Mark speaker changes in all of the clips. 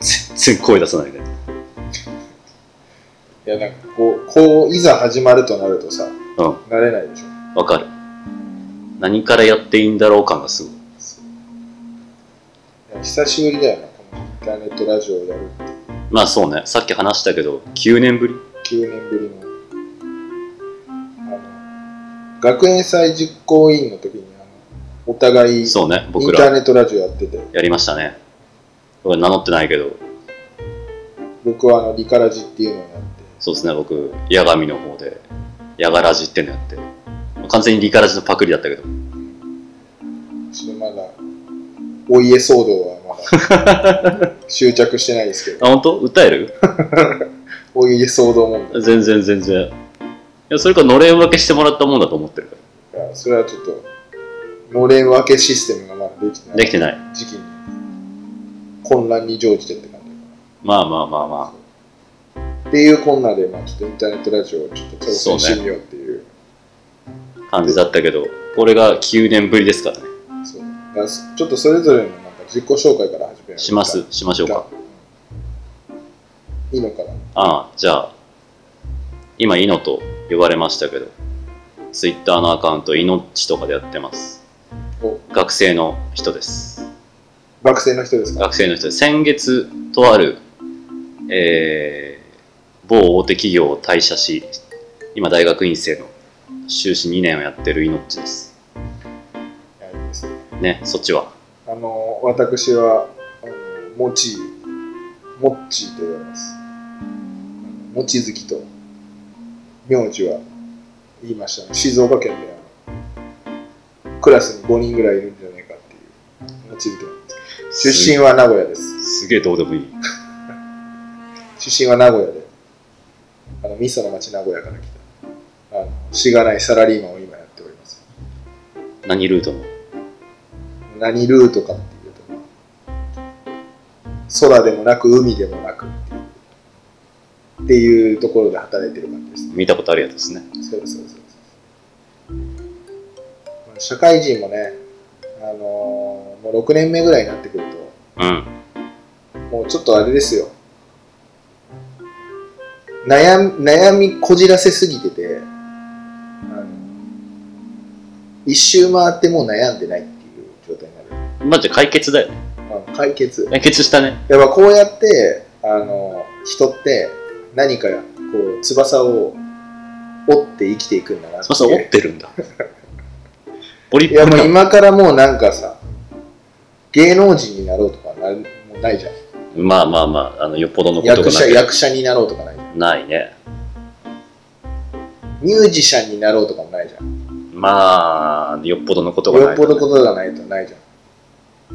Speaker 1: すぐ声出さないで。
Speaker 2: いや、なんかこう、こう、いざ始まるとなるとさ、
Speaker 1: うん、
Speaker 2: 慣れないでしょ。
Speaker 1: わかる。何からやっていいんだろう感がすごい。
Speaker 2: いや久しぶりだよな、このインターネットラジオをやるって
Speaker 1: まあそうね、さっき話したけど、9年ぶり
Speaker 2: 9年ぶりの。あの、学園祭実行委員の時に、あのお互い、インタ
Speaker 1: そうね、僕
Speaker 2: ー
Speaker 1: ら
Speaker 2: ネットラジオやってて、
Speaker 1: やりましたね。俺名乗ってないけど、
Speaker 2: 僕はあの、リカラジっていうのをやって、
Speaker 1: そうですね、僕、八神の方で、ヤガラジってのやって、完全にリカラジのパクリだったけど、
Speaker 2: ちょっとまだ、お家騒動は まだ執着してないですけど、
Speaker 1: あ、本当歌える
Speaker 2: お家騒動問題。
Speaker 1: 全然全然。いや、それからのれん分けしてもらったもんだと思ってるか
Speaker 2: いやそれはちょっと、のれん分けシステムがまだできて
Speaker 1: ら。
Speaker 2: ない。
Speaker 1: できてない。
Speaker 2: 時期に混乱に乗じてって感じ
Speaker 1: まあまあまあま
Speaker 2: っていうこんなで、まあ、ちょっとインターネットラジオをちょっと挑戦してみようっていう
Speaker 1: あ、感じだったけど、これが9年ぶりですからね。
Speaker 2: そうだからちょっとそれぞれのなんか自己紹介から始めよう
Speaker 1: します、しましょうか。
Speaker 2: いいのかな
Speaker 1: ああ、じゃあ、今、イノと呼ばれましたけど、ツイッターのアカウント、イノッチとかでやってます。
Speaker 2: お
Speaker 1: 学生の人です。
Speaker 2: 学生の人ですか
Speaker 1: 学生の人です。先月、とある、えー、某大手企業を退社し、今、大学院生の修士2年をやってるイノッチです。
Speaker 2: いやいいですね
Speaker 1: ね、そっちは。
Speaker 2: あの私はあのモチモッチーと呼ばれますモチ好きと名字は言いましたね静岡県であのクラスに5人ぐらいいるんじゃないかっていうモチ好きなんですけど出身
Speaker 1: は
Speaker 2: は名古屋です
Speaker 1: すげえどうでもいい。
Speaker 2: 出身は名古屋であの味噌の町名古屋から来たあのしがないサラリーマンを今やっております
Speaker 1: 何ルートの
Speaker 2: 何ルートかっていうと、まあ空でもなく海でもなくっていうっていうところで働いてる感じですね
Speaker 1: 見たことあるやつですね。
Speaker 2: そうですそうですそうですまあ社会人もね、あのーもう6年目ぐらいになってくる
Speaker 1: うん。
Speaker 2: ともうちょっとあれですよ悩み悩みこじらせすぎててあの一周回ってもう悩んでないっていう状態になる
Speaker 1: まあ、じゃあ解決だよね。
Speaker 2: あの解決
Speaker 1: 解決したね。
Speaker 2: やっぱこうやってあの人って何かこう翼を折って生きていくんだなって
Speaker 1: すみません、折ってる んだ。ポリ
Speaker 2: い
Speaker 1: ポ
Speaker 2: や
Speaker 1: リ
Speaker 2: もう
Speaker 1: だ。
Speaker 2: 今からもうなんかさ芸能人になろうとかなもうないじゃん
Speaker 1: まあまあまあ、あの、よっぽどのことがな
Speaker 2: 役者
Speaker 1: ければ
Speaker 2: 役者になろうとかないじゃん
Speaker 1: ないね。
Speaker 2: ミュージシャンになろうとかもないじゃん
Speaker 1: まあ、よっぽどのことが
Speaker 2: よ
Speaker 1: な
Speaker 2: っ
Speaker 1: い
Speaker 2: ぽどことがないとないじゃ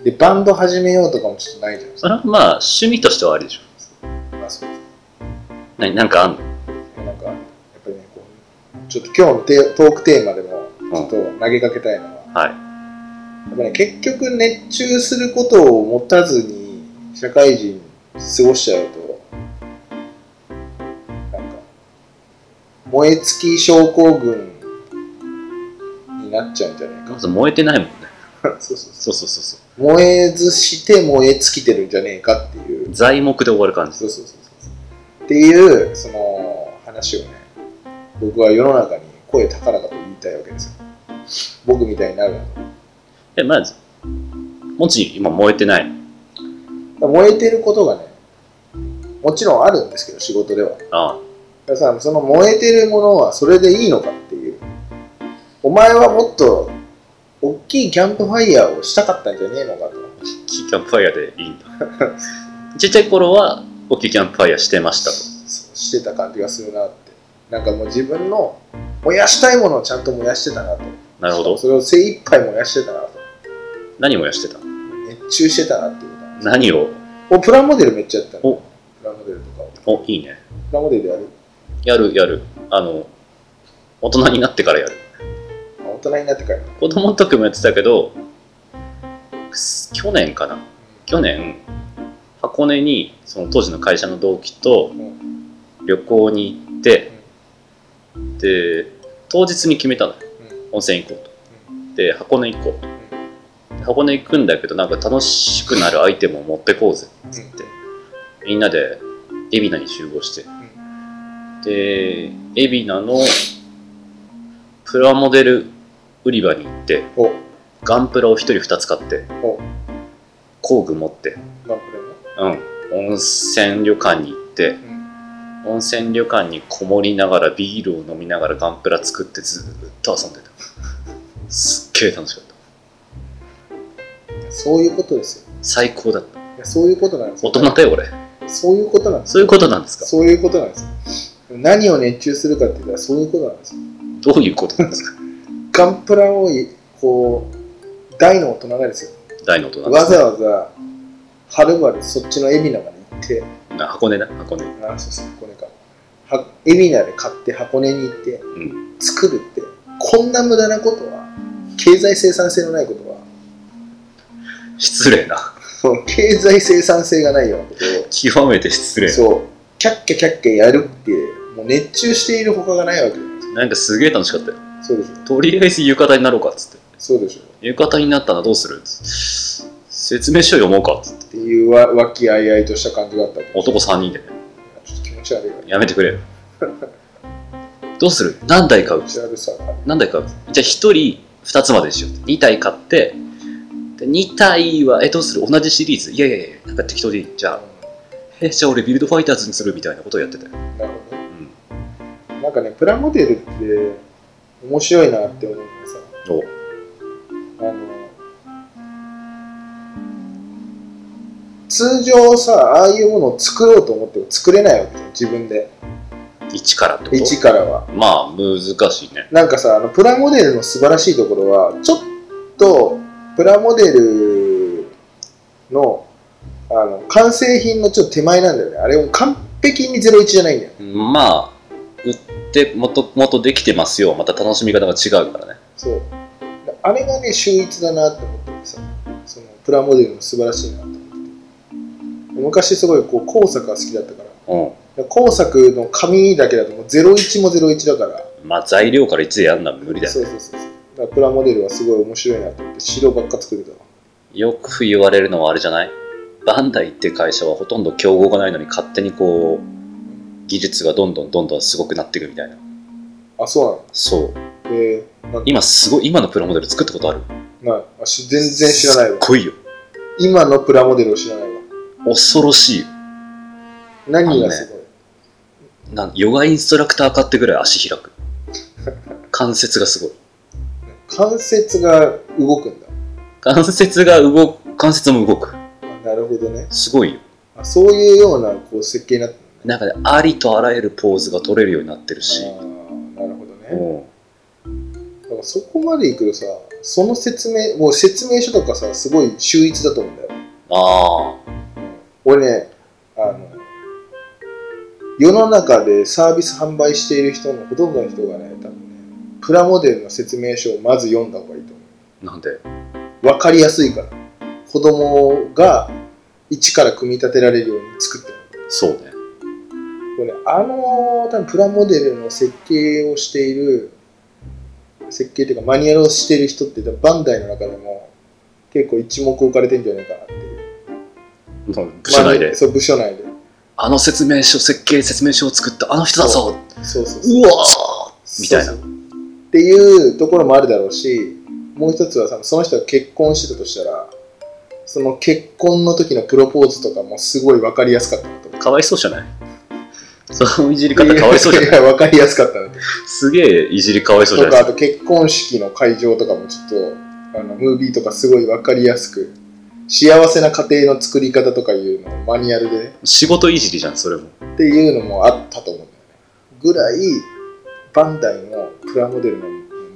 Speaker 2: んでバンド始めようとかもちょっとないじゃん
Speaker 1: それはまあ、趣味としてはありでしょ。
Speaker 2: まあそう
Speaker 1: ななんかあんの
Speaker 2: なんかやっぱりねこうちょっと今日のテートークテーマでもちょっと投げかけたいのは、
Speaker 1: は
Speaker 2: やっぱね、結局熱中することを持たずに社会人過ごしちゃうとなんか燃え尽き症候群になっちゃうんじゃない
Speaker 1: い。
Speaker 2: か
Speaker 1: まず燃えてないもんね。
Speaker 2: そうそう
Speaker 1: そうそうそうそう。
Speaker 2: 燃えずして燃え尽きてるんじゃねえかっていう
Speaker 1: 材木で終わる感じ。
Speaker 2: そうそうそうそうっていうその話をね僕は世の中に声高々と言いたいわけですよ僕みたいになるなと
Speaker 1: え、まあ、もち今燃えてない。
Speaker 2: 燃えてることがねもちろんあるんですけど仕事ではだか
Speaker 1: ああ。
Speaker 2: らさその燃えてるものはそれでいいのかっていうお前はもっと大きいキャンプファイヤーをしたかったんじゃねえのかと
Speaker 1: キーキャンプファイヤーでいいん だ。ちっちゃい頃は、大きいキャンプファイヤーしてましたと。
Speaker 2: そうしてた感じがするなってなんかもう自分の燃やしたいものをちゃんと燃やしてたなと
Speaker 1: なるほど。
Speaker 2: それを精一杯燃やしてたなと
Speaker 1: 何燃やしてた
Speaker 2: 熱中してたなっていうことなんですよ
Speaker 1: 何を
Speaker 2: おプラモデルめっちゃやったの
Speaker 1: お
Speaker 2: プラモデルとかをプ
Speaker 1: お、いいね。
Speaker 2: ラモデルやる
Speaker 1: やるやる。あの、大人になってからやる。
Speaker 2: あ大人になってからやる
Speaker 1: 子供の時もやってたけど、くす去年かな。去年、箱根に、その当時の会社の同期と
Speaker 2: うん
Speaker 1: 旅行に行って、で、当日に決めたのよ。温泉行こうと。で、箱根行こうと。で箱根行くんだけど、なんか楽しくなるアイテムを持ってこうぜ。
Speaker 2: うん
Speaker 1: てみんなで海老名に集合して、で海老名のプラモデル売り場に行って
Speaker 2: お
Speaker 1: ガンプラを1人2つ買って
Speaker 2: お
Speaker 1: 工具持って、
Speaker 2: ガンプラね
Speaker 1: うん、温泉旅館に行って
Speaker 2: うん
Speaker 1: 温泉旅館にこもりながらビールを飲みながらガンプラ作ってずーっと遊んでたすっげえ楽しかった
Speaker 2: そういうことですよ
Speaker 1: 最高だった
Speaker 2: いやそういうことなんですよ
Speaker 1: 大人だよ俺
Speaker 2: そういうことなんです
Speaker 1: そういうことなんですか
Speaker 2: そういうことなんですよ何を熱中するかって言ったらそういうことなんですよ
Speaker 1: どういうことなんですか
Speaker 2: ガンプラをいこう大の大人がですよ
Speaker 1: 大の大人で
Speaker 2: わ
Speaker 1: すね
Speaker 2: ざわざはるばるそっちの海老名まで行って
Speaker 1: な箱根だ箱根
Speaker 2: あそうそう箱根かは海老名で買って箱根に行って
Speaker 1: うん
Speaker 2: 作るってこんな無駄なことは経済生産性のないことは
Speaker 1: 失礼な
Speaker 2: その経済生産性がないようなことを
Speaker 1: 極めて失礼
Speaker 2: そうキャッキャキャッキャやるってもう熱中している他がないわけじゃないですか
Speaker 1: なんかすげえ楽しかったよ
Speaker 2: そうでしょ
Speaker 1: とりあえず浴衣になろうかっつって
Speaker 2: そうでしょ
Speaker 1: 浴衣になったらどうするっつって説明書読もうかっつって
Speaker 2: っていうわ和気あいあいとした感じがあったわけです
Speaker 1: 男3人でね
Speaker 2: ちょっと気持ち悪いわ
Speaker 1: やめてくれよどうする何台買う
Speaker 2: 気持ち悪さがある
Speaker 1: 何台買うじゃあ1人2つまでにしよう2体買ってで2体はえどうする同じシリーズいやいやいやなんか適当でいいじゃあえじゃあ俺ビルドファイターズにするみたいなことをやってたよ、
Speaker 2: うんなるほどね
Speaker 1: うん、
Speaker 2: なんかねプラモデルって面白いなって思うのがさ
Speaker 1: お
Speaker 2: あの通常さああいうものを作ろうと思っても作れないわけじゃん自分で
Speaker 1: 1からってこと
Speaker 2: 一からは
Speaker 1: まあ難しいね
Speaker 2: なんかさあのプラモデルの素晴らしいところはちょっとプラモデルのあの完成品のちょっと手前なんだよねあれも完璧に01じゃないんだよ
Speaker 1: まあ売ってもともとできてますよまた楽しみ方が違うからね
Speaker 2: そうあれがね秀逸だなって思っててさそのプラモデルの素晴らしいなって思ってて昔すごいこう工作が好きだったから
Speaker 1: う
Speaker 2: 工作の紙だけだともう01も01だから
Speaker 1: んまあ材料から1でやるのは無理だよ
Speaker 2: そうそうそうそうだからプラモデルはすごい面白いなと思って白ばっか作れたわ
Speaker 1: よく言われるのはあれじゃないバンダイって会社はほとんど競合がないのに勝手にこう技術がどんどんどんどんすごくなっていくみたいな
Speaker 2: あそう
Speaker 1: そう
Speaker 2: なのえー、なん
Speaker 1: 今すごい今のプラモデル作ったことある
Speaker 2: ないあし全然知らないわ
Speaker 1: すっごいよ
Speaker 2: 今のプラモデルを知らないわ
Speaker 1: 恐ろしいよ
Speaker 2: 何がすごい、
Speaker 1: なんヨガインストラクター買ってぐらい足開く関節がすごい
Speaker 2: 関節が動くんだ
Speaker 1: 関節が動く関節も動く
Speaker 2: あなるほどね
Speaker 1: すごいよ
Speaker 2: あそういうようなこう設計になってる
Speaker 1: なんかね、ありとあらゆるポーズが取れるようになってるし、
Speaker 2: あーなるほどね
Speaker 1: も
Speaker 2: だからそこまでいくとさその説明もう説明書とかさすごい秀逸だと思うんだよ
Speaker 1: うあ
Speaker 2: 俺ねあの世の中でサービス販売している人のほとんどの人がね多分ねプラモデルの説明書をまず読んだ方がいいと思
Speaker 1: あ、なんで、
Speaker 2: う分かりやすいから子供が一から組み立てられるように作ってる
Speaker 1: そうね。
Speaker 2: これ、ね、あの多分プラモデルの設計をしている設計というかマニュアルをしている人って多分バンダイの中でも結構一目置かれてんじゃないかなっていう
Speaker 1: 部署内で、
Speaker 2: そう部署内で
Speaker 1: あの説明書、設計説明書を作ったあの人だぞ
Speaker 2: そうそうそう
Speaker 1: うわみたいな
Speaker 2: そうそうっていうところもあるだろうしもう一つはさその人が結婚してたとしたらその結婚の時のプロポーズとかもすごい分かりやすかったなと思
Speaker 1: ーかわいそうじゃないそのいじり方かわいそうじゃない
Speaker 2: いや分かりやすかったなと
Speaker 1: すげえいじりかわいそうじゃ
Speaker 2: と
Speaker 1: ない
Speaker 2: かあと結婚式の会場とかもちょっとあのムービーとかすごい分かりやすく幸せな家庭の作り方とかいうのをマニュアルでね
Speaker 1: 仕事いじりじゃん、それも。
Speaker 2: っていうのもあったと思うんだよねぐらいバンダイのプラモデルの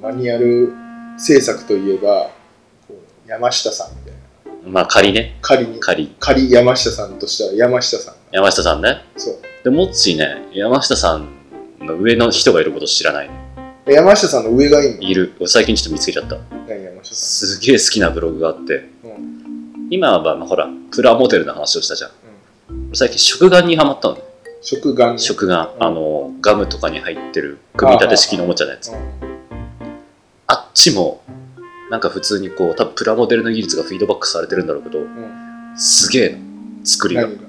Speaker 2: マニュアル制作といえばこう山下さんみたいな
Speaker 1: まあ仮ね、
Speaker 2: 仮に
Speaker 1: 仮。
Speaker 2: 仮山下さんとしたら山下さん
Speaker 1: 山下さんね。
Speaker 2: そう
Speaker 1: で、もっちーね、山下さんの上の人がいること知らない。
Speaker 2: 山下さんの上がいいの
Speaker 1: いる。最近ちょっと見つけちゃった。
Speaker 2: 何山下さ
Speaker 1: すげえ好きなブログがあって、
Speaker 2: ん、うん
Speaker 1: 今はまあほら、プラモデルの話をしたじゃん。最近食玩にハマったのね
Speaker 2: 食玩ね
Speaker 1: 食玩、
Speaker 2: うん
Speaker 1: あのガムとかに入ってる組み立て式のおもちゃのやつあ
Speaker 2: うん
Speaker 1: っちもなんか普通にこう多分プラモデルの技術がフィードバックされてるんだろうけど
Speaker 2: うん
Speaker 1: すげえな作りが
Speaker 2: 何が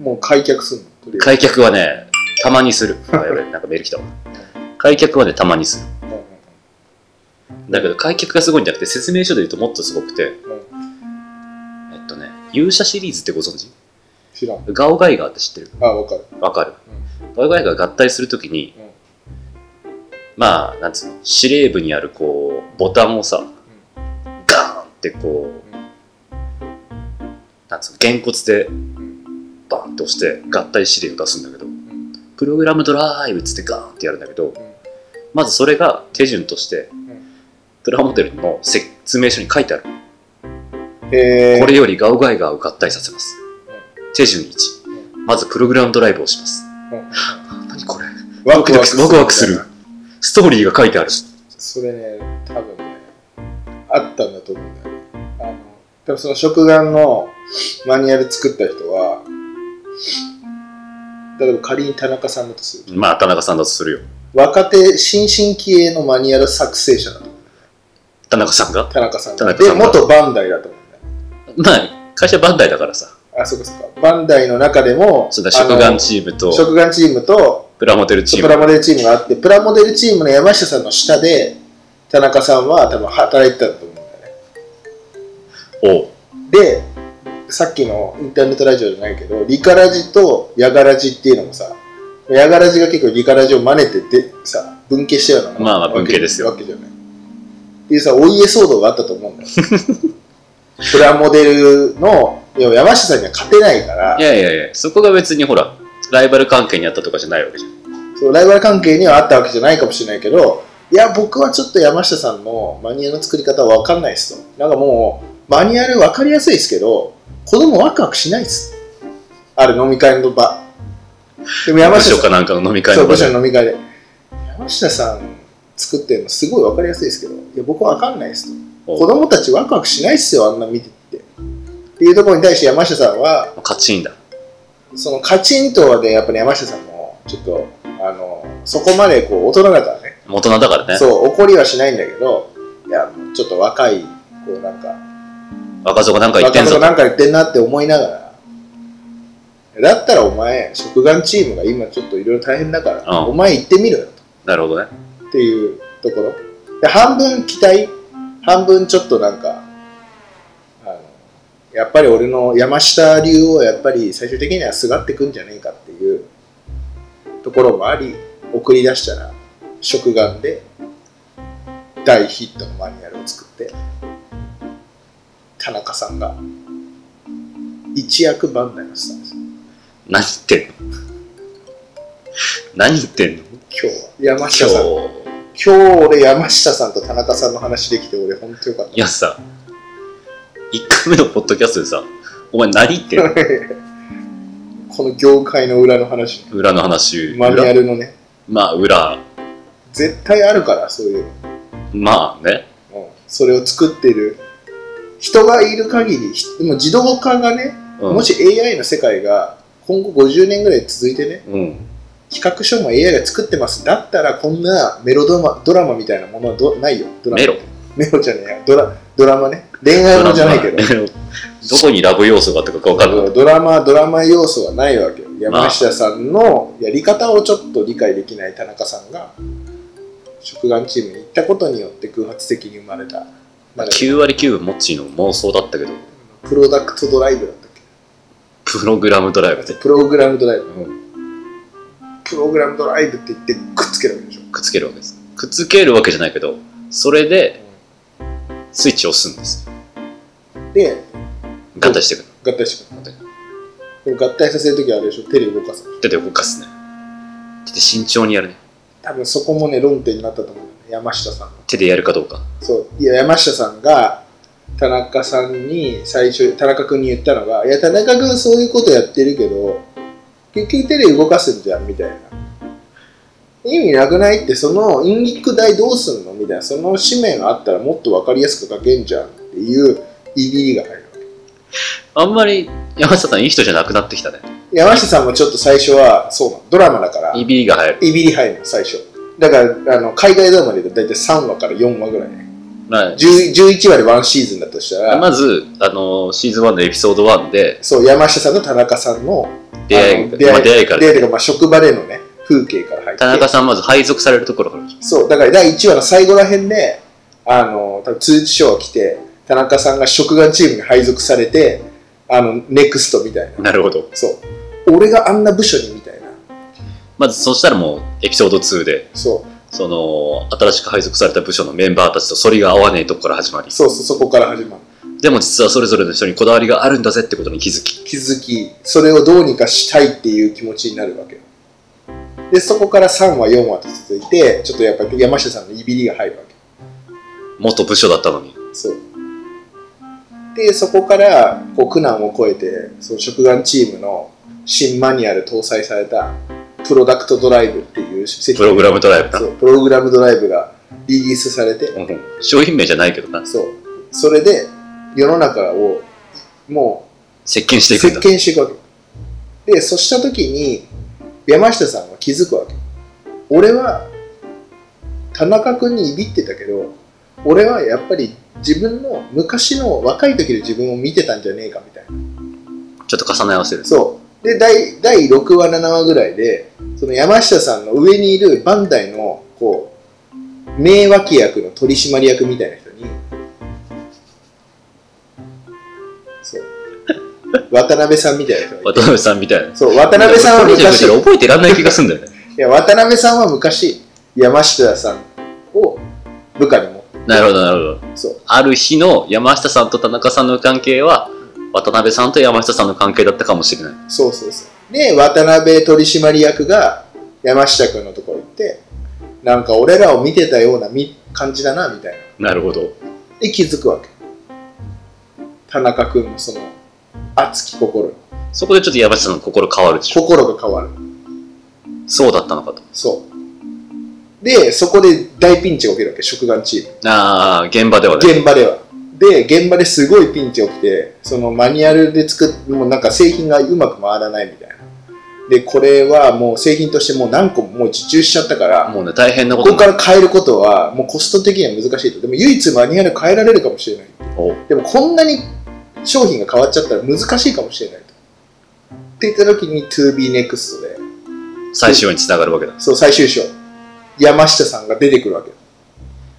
Speaker 2: もう開脚すんのとりあえ
Speaker 1: 開脚はね、たまにする。あ、やべえ、 なんかメール来たわ。開脚はね、たまにする。
Speaker 2: ずうんうん
Speaker 1: だけど、開脚がすごいんじゃなくて、説明書で言うともっとすごくて、
Speaker 2: うん
Speaker 1: えっとね、勇者シリーズってご存知
Speaker 2: 知らん
Speaker 1: ガオガイガーって知ってる
Speaker 2: あわかる
Speaker 1: わかる、ガオガイガー合体するときに、まあ、なんつうの、司令部にあるこう、ボタンをさ、ガーンってこう、
Speaker 2: うん
Speaker 1: なんつうの、げんこつで
Speaker 2: うん
Speaker 1: バーンって押して合体指令を出すんだけど、
Speaker 2: うん
Speaker 1: プログラムドライブっつってガーンってやるんだけど、
Speaker 2: うん
Speaker 1: まずそれが手順として、
Speaker 2: ん
Speaker 1: プラモデルの説明書に書いてある。
Speaker 2: へえ
Speaker 1: これよりガオガイガーを合体させます。手順1。まずプログラムドライブをします。 何これワクワクするワクワクするストーリーが書いてある。
Speaker 2: それね多分ねあったんだと思うんだよねあの多分その食玩のマニュアル作った人は例えば仮に田中さんだとする
Speaker 1: まあ、田中さんだとするよ。
Speaker 2: 若手新進気鋭のマニュアル作成者だと思う
Speaker 1: 田中さんが
Speaker 2: 田中さん
Speaker 1: 田
Speaker 2: が
Speaker 1: 中さ
Speaker 2: で
Speaker 1: んが
Speaker 2: 元バンダイだと思うんだよ
Speaker 1: まあ、会社バンダイだからさ。
Speaker 2: あそうかそうかバンダイの中でも
Speaker 1: そうだ、食
Speaker 2: あ
Speaker 1: 玩
Speaker 2: の
Speaker 1: チームと
Speaker 2: 食玩チームと
Speaker 1: プラモデルチー
Speaker 2: プラ
Speaker 1: ム。
Speaker 2: モデルチームがあってプラモデルチームの山下さんの下で田中さんは多分働いてたと思うんだよね
Speaker 1: おう
Speaker 2: でさっきのインターネットラジオじゃないけどリカラジとヤガラジっていうのもさヤガラジが結構リカラジを真似ててさ分家したようなもの
Speaker 1: まあまあ文系ですよ
Speaker 2: わけじゃないっていうさお家騒動があったと思うん だよプラモデルのいや山下さんには勝てないから
Speaker 1: いやいやいや、そこが別にほら、ライバル関係にあったとかじゃないわけじゃん。
Speaker 2: そうライバル関係にはあったわけじゃないかもしれないけどいや僕はちょっと山下さんのマニュアルの作り方は分かんないですとなんかもうマニュアル分かりやすいですけど子供ワクワクしないですある飲み会の場でも山
Speaker 1: 部
Speaker 2: 下
Speaker 1: 署
Speaker 2: さ
Speaker 1: か
Speaker 2: ん
Speaker 1: なんかの飲み会
Speaker 2: そう
Speaker 1: の場
Speaker 2: 部
Speaker 1: 所
Speaker 2: 署の飲み会で山下さん作ってるのすごい分かりやすいですけどいや僕は分かんないですと子供たちワクワクしないっすよあんな見ててっていうところに対して山下さんは
Speaker 1: カチンだ。
Speaker 2: そのカチンとはね、やっぱり山下さんも、ちょっと、あの、そこまでこう、大人だからね、
Speaker 1: 大人だからね。
Speaker 2: そう、怒りはしないんだけど、いや、もうちょっと若い、こう、なんか、
Speaker 1: 若造がなんか言って
Speaker 2: 若
Speaker 1: ん
Speaker 2: 者
Speaker 1: ぞ。
Speaker 2: なんか言ってんなって思いながら、だったらお前、食玩チームが今ちょっといろいろ大変だから、
Speaker 1: うん
Speaker 2: お前行ってみろよ、
Speaker 1: なるほどね。
Speaker 2: っていうところ。で、半分期待、半分ちょっとなんか、あの、やっぱり俺の山下流をやっぱり最終的にはすがってくんじゃねえかっていうところもあり、送り出したら、食玩で大ヒットのマニュアルを作って、田中さんが一躍万代のスターです。
Speaker 1: 何言ってんの何言ってんの
Speaker 2: 今日は山
Speaker 1: 今
Speaker 2: 下さん。
Speaker 1: 日、
Speaker 2: 今日俺山下さんと田中さんの話できて俺本当よかった
Speaker 1: い。やさ、1回目のポッドキャストでさ、お前何言ってんの
Speaker 2: この業界の裏の話ね
Speaker 1: 裏の話。
Speaker 2: マニュア
Speaker 1: 裏
Speaker 2: ルのね
Speaker 1: まあ、裏。
Speaker 2: 絶対あるからそういう
Speaker 1: まあね。
Speaker 2: の、うん、それを作ってる人がいる限りひもう自動化がね、
Speaker 1: うん、
Speaker 2: もし AI の世界が今後50年ぐらい続いてね
Speaker 1: うん。
Speaker 2: 企画書も AI が作ってますだったらこんなメロドラマドラマみたいなものはどないよドラマ
Speaker 1: メロ。
Speaker 2: メロじゃねえやドラドラマね恋愛ものじゃないけど
Speaker 1: ドラマどこにラブ要素があったか分かんない。
Speaker 2: ドラマドラマ要素はないわけよ山下さんのやり方をちょっと理解できない田中さんが食玩チームに行ったことによって偶発的に生まれたまあ
Speaker 1: 9割9分モッチーの妄想だったけど、
Speaker 2: プロダクトドライブだったっ
Speaker 1: プログラムドライブ
Speaker 2: け
Speaker 1: で。
Speaker 2: プログラムドライブ
Speaker 1: うん。
Speaker 2: プログラムドライブって言ってくっつけるわけでしょ
Speaker 1: くっつけるわけです。くっつけるわけじゃないけど、それでスイッチを押すんです。
Speaker 2: で
Speaker 1: 合体してくる。
Speaker 2: 合体してくるでも合体させるときはあれでしょ手で動かす
Speaker 1: 手で動かすね。手で慎重にやるね。
Speaker 2: 多分そこもね論点になったと思うんだよね山下さんの
Speaker 1: 手でやるかどうか。
Speaker 2: そういや山下さんが田中さんに最初田中君に言ったのが「いや田中君そういうことやってるけど結局手で動かすんじゃん」みたいな意味なくないってそのインギック代どうすんのみたいなその紙面があったらもっと分かりやすく書けんじゃんっていういびりが入る
Speaker 1: あんまり山下さんいい人じゃなくなってきたね。
Speaker 2: 山下さんもちょっと最初はそうなのドラマだから
Speaker 1: いびりが入る。
Speaker 2: いびり入るの最初だからあの海外ドラマで言うと大体3話から4話ぐらいね
Speaker 1: まあ
Speaker 2: 10 11話でワンシーズンだとしたら、
Speaker 1: まず、あの、シーズン1のエピソード1で、
Speaker 2: そう、山下さんと田中さんの
Speaker 1: 出会
Speaker 2: あ
Speaker 1: い、
Speaker 2: の
Speaker 1: まあ
Speaker 2: 出会い
Speaker 1: 出会いか
Speaker 2: 出会
Speaker 1: ら
Speaker 2: いというか、まあ、職場でのね、風景から入って。
Speaker 1: 田中さんまず配属されるところから
Speaker 2: そう、だから第1話の最後らへんで、あの、多分通知書が来て、田中さんが食玩チームに配属されて、あの、ネクストみたいな。
Speaker 1: なるほど
Speaker 2: そう。俺があんな部署にみたいな。
Speaker 1: まずそしたらもうエピソード2で
Speaker 2: そ
Speaker 1: その新しく配属された部署のメンバーたちと反りが合わねえとこから始まり
Speaker 2: う、そうそう、そこから始まる。
Speaker 1: でも実はそれぞれの人にこだわりがあるんだぜってことに気づき
Speaker 2: 気づき、それをどうにかしたいっていう気持ちになるわけよで、そこから3話、4話と続いて、ちょっとやっぱり山下さんのいびりが入るわけ。
Speaker 1: 元部署だったのに
Speaker 2: そう。で、そこから、こう、苦難を越えて、その食玩チームの新マニュアル搭載された、プロダクトドライブっていう設
Speaker 1: プログラムドライブな
Speaker 2: そう、プログラムドライブがリリースされて、
Speaker 1: うん商品名じゃないけどな
Speaker 2: そう。それで、世の中を、もう、
Speaker 1: 席巻していくん だ
Speaker 2: 接見していくわけでそうした時に山下さんは気づくわけ俺は田中君にいびってたけど俺はやっぱり自分の昔の若い時の自分を見てたんじゃねえかみたいな
Speaker 1: ちょっと重ね合わせる
Speaker 2: そうで第第6話7話ぐらいでその山下さんの上にいるバンダイのこう名脇役の取締役みたいな人にそう渡辺さんみたいな人がい
Speaker 1: 渡
Speaker 2: て
Speaker 1: 辺さんみたいな
Speaker 2: そう、渡辺さんは昔、い
Speaker 1: 俺覚えてらんない気がするんだ よね
Speaker 2: や、渡辺さんは昔、山下さんを部下に持って、
Speaker 1: なるほどなるほど
Speaker 2: そう、
Speaker 1: ある日の山下さんと田中さんの関係は渡辺さんと山下さんの関係だったかもしれない
Speaker 2: そうそうそう。で、渡辺取締役が山下君のところ行って、なんか俺らを見てたようなみ感じだな、みたいな。
Speaker 1: なるほど
Speaker 2: で、気づくわけ。田中君のその、熱き心に、
Speaker 1: そこでちょっと山下さんの心変わるでしょ
Speaker 2: 心が変わる。
Speaker 1: そうだったのかと
Speaker 2: そう。で、そこで大ピンチが起きるわけ、食玩チーム。
Speaker 1: ああ現場ではね
Speaker 2: 現場では。で、現場ですごいピンチ起きて、そのマニュアルで作っ、もうなんか製品がうまく回らないみたいな。で、これはもう製品としてもう何個ももう受注しちゃったから、
Speaker 1: もうね、大変なこ
Speaker 2: こと
Speaker 1: に
Speaker 2: こ
Speaker 1: な
Speaker 2: か
Speaker 1: る
Speaker 2: ら変えることはもうコスト的には難しいと。でも唯一マニュアル変えられるかもしれない。
Speaker 1: お
Speaker 2: でもこんなに商品が変わっちゃったら難しいかもしれないと。って言った時に 2BNEXT で、
Speaker 1: 最終話につながるわけだ。
Speaker 2: そう最終章、山下さんが出てくるわけ。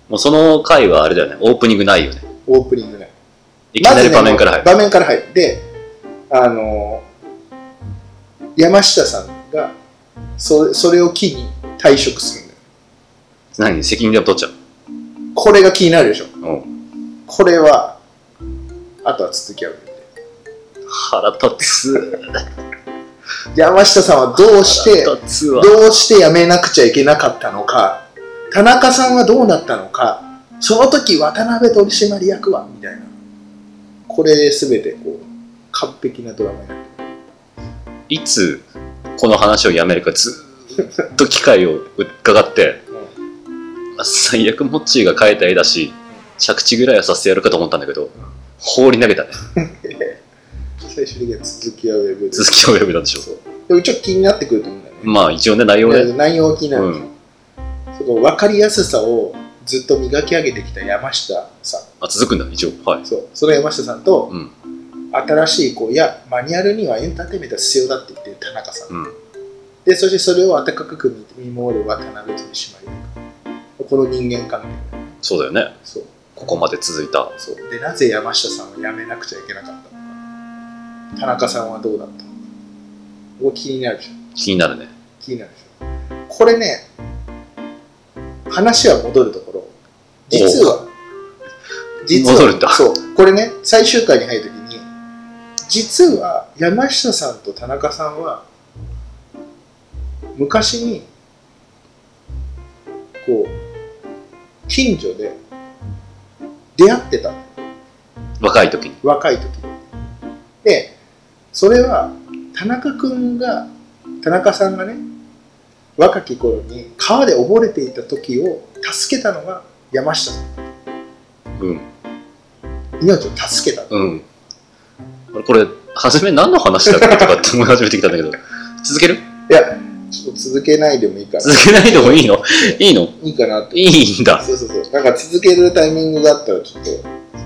Speaker 1: もうその回はあれだよね、オープニングないよね。
Speaker 2: オープニングね。
Speaker 1: いきなり場面から入る。
Speaker 2: まずね、場面から入るであの山下さんがそそれを機に退職するんだよ
Speaker 1: 何責任でも取っちゃう。
Speaker 2: これが気になるでしょ
Speaker 1: うん
Speaker 2: これはあとは続きは見て
Speaker 1: 腹立つ。
Speaker 2: 山下さんはどうして
Speaker 1: 腹立つわ。
Speaker 2: どうして辞めなくちゃいけなかったのか田中さんはどうなったのかその時渡辺取締役はみたいなこれで全てこう完璧なドラマになってる
Speaker 1: いつこの話をやめるかずーっと機会を伺って、まあ最悪モッチーが描いた絵だし、着地ぐらいはさせてやるかと思ったんだけど、放り投げたね。
Speaker 2: 最終的には続きはウェブで
Speaker 1: 続きを読めたんでしょ
Speaker 2: そうでもちょっと気になってくると思うんだよね。
Speaker 1: まあ一応ね、内容
Speaker 2: いや
Speaker 1: で。
Speaker 2: 内容は気になる、
Speaker 1: うん
Speaker 2: その分かりやすさをずっと磨き上げてきた山下さ
Speaker 1: あ続くんだ、一応。はい
Speaker 2: ん。。そう。その山下さんと、
Speaker 1: うん。
Speaker 2: 新しいこう、いや、マニュアルにはエンターテインメントは必要だって言ってる田中さん。
Speaker 1: うん。
Speaker 2: で、そしてそれを温かく見守る渡辺取締役。この人間関係。
Speaker 1: そうだよね。
Speaker 2: そう。
Speaker 1: ここまで続いた。
Speaker 2: そう。で、なぜ山下さんは辞めなくちゃいけなかったのか。田中さんはどうだったのか。ここ気になるでしょ。
Speaker 1: 気になるね。
Speaker 2: 気になるでしょこれね話は戻るところ実は実は
Speaker 1: 戻るんだ
Speaker 2: そうこれね最終回に入るときに実は山下さんと田中さんは昔にこう近所で出会ってたの
Speaker 1: 若い時に。
Speaker 2: 若い時でそれは田中君が田中さんがね若き頃に川で溺れていた時を助けたのが山下さん
Speaker 1: うん。
Speaker 2: 命を助けた
Speaker 1: うん。 俺これ、初め何の話だっけとかって思い始めてきたんだけど、続ける
Speaker 2: いやちょっと続けないでもい いから、
Speaker 1: 続けないでもいいのいいの
Speaker 2: いいかなって。
Speaker 1: いいんだ。
Speaker 2: そうそうそう。なんか続けるタイミングがあったら、ちょっと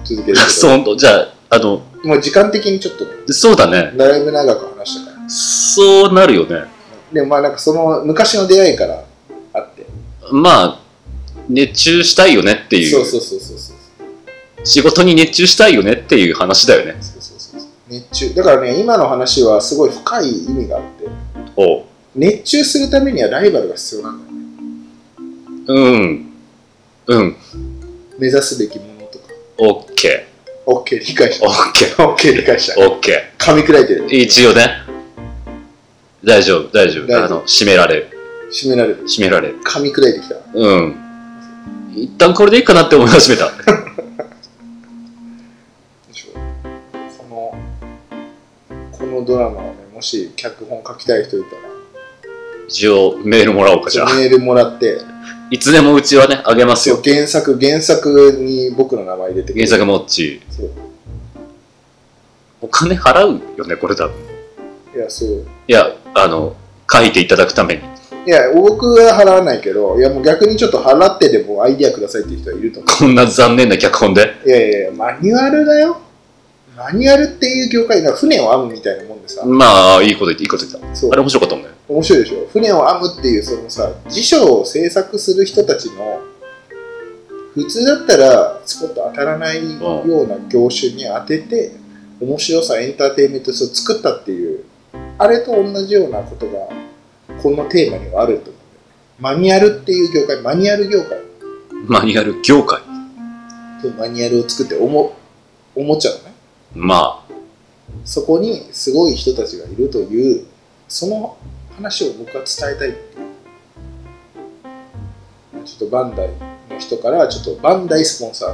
Speaker 2: 続ける。
Speaker 1: そう、じゃあ、あの、
Speaker 2: もう時間的にちょっと、
Speaker 1: そうだね。
Speaker 2: だいぶ長く話したから。
Speaker 1: そうなるよね。
Speaker 2: でもまあなんかその昔の出会いからあって。
Speaker 1: まあ、熱中したいよねってい
Speaker 2: そう
Speaker 1: う。
Speaker 2: そうそうそうそう。
Speaker 1: 仕事に熱中したいよねっていう話だよね。
Speaker 2: そうそうそうそう熱中だからね今の話はすごい深い意味があって
Speaker 1: おう。
Speaker 2: 熱中するためにはライバルが必要なんだよね
Speaker 1: うん。うん。
Speaker 2: 目指すべきものとか
Speaker 1: オッケ
Speaker 2: OK 理解し
Speaker 1: ー。オッケー。
Speaker 2: た OK 理解した
Speaker 1: オッケ
Speaker 2: 噛み砕いてる
Speaker 1: ー。一応ね。大丈夫、大丈夫。
Speaker 2: 大丈夫
Speaker 1: あの、締められる。
Speaker 2: 締められる
Speaker 1: 締められる。
Speaker 2: 噛み砕いてきた
Speaker 1: うん。一旦これでいいかなって思い始めた。
Speaker 2: そのこのドラマをねもし脚本書きたい人いたら
Speaker 1: 一応、メールもらおうか、じ
Speaker 2: ち
Speaker 1: ゃあ
Speaker 2: ょっと。メールもらって
Speaker 1: いつでもうちはね、あげます
Speaker 2: そう
Speaker 1: よ。
Speaker 2: 原作原作に僕の名前入れてくれ
Speaker 1: 原作もっち。
Speaker 2: そう
Speaker 1: お金払うよね、これ多分。
Speaker 2: いやそう
Speaker 1: いや、あの、書いていただくために。
Speaker 2: いや僕は払わないけどいやもう逆にちょっと払ってでもアイディアくださいっていう人はいると思う
Speaker 1: こんな残念な脚本で。
Speaker 2: いやいやいや、マニュアルだよ。マニュアルっていう業界、なんか船を編むみたいなもんでさ、
Speaker 1: まあ、いいこと言って、いいこと言った。
Speaker 2: そう
Speaker 1: あれ面白かったもんね。
Speaker 2: 面白いでしょ。船を編むっていう、そのさ、辞書を制作する人たちの、普通だったら、スポット当たらないような業種に当てて、面白さ、エンターテインメントを作ったっていう、あれと同じようなことが、このテーマにはあると思うんだよね。マニュアルっていう業界、マニュアル業界、
Speaker 1: マニュアル業界。
Speaker 2: マニュアルを作っておも、おもちゃをね、
Speaker 1: まあ、
Speaker 2: そこにすごい人たちがいるというその話を僕は伝えたいっていうちょっとバンダイの人からちょっとバンダイスポンサ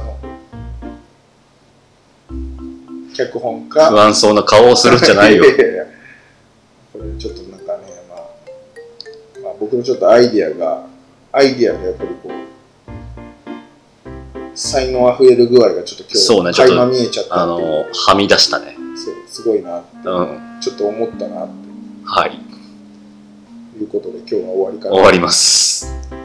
Speaker 2: ーの脚本家
Speaker 1: 不安そうな顔をするんじゃない よ
Speaker 2: や。ややこれちょっとなんかね、まあ、まあ僕のちょっとアイディアがアイディアのやっぱりこう才能あふれる具合がちょっと
Speaker 1: そう
Speaker 2: 今
Speaker 1: ね
Speaker 2: 日
Speaker 1: ちょっと
Speaker 2: 垣間見えちゃった
Speaker 1: あ
Speaker 2: って
Speaker 1: の
Speaker 2: いう、
Speaker 1: はみ出したね。
Speaker 2: そうすごいな
Speaker 1: うん。
Speaker 2: ちょっと思ったなって
Speaker 1: はい。
Speaker 2: ということで今日は終わりかな
Speaker 1: 終わります。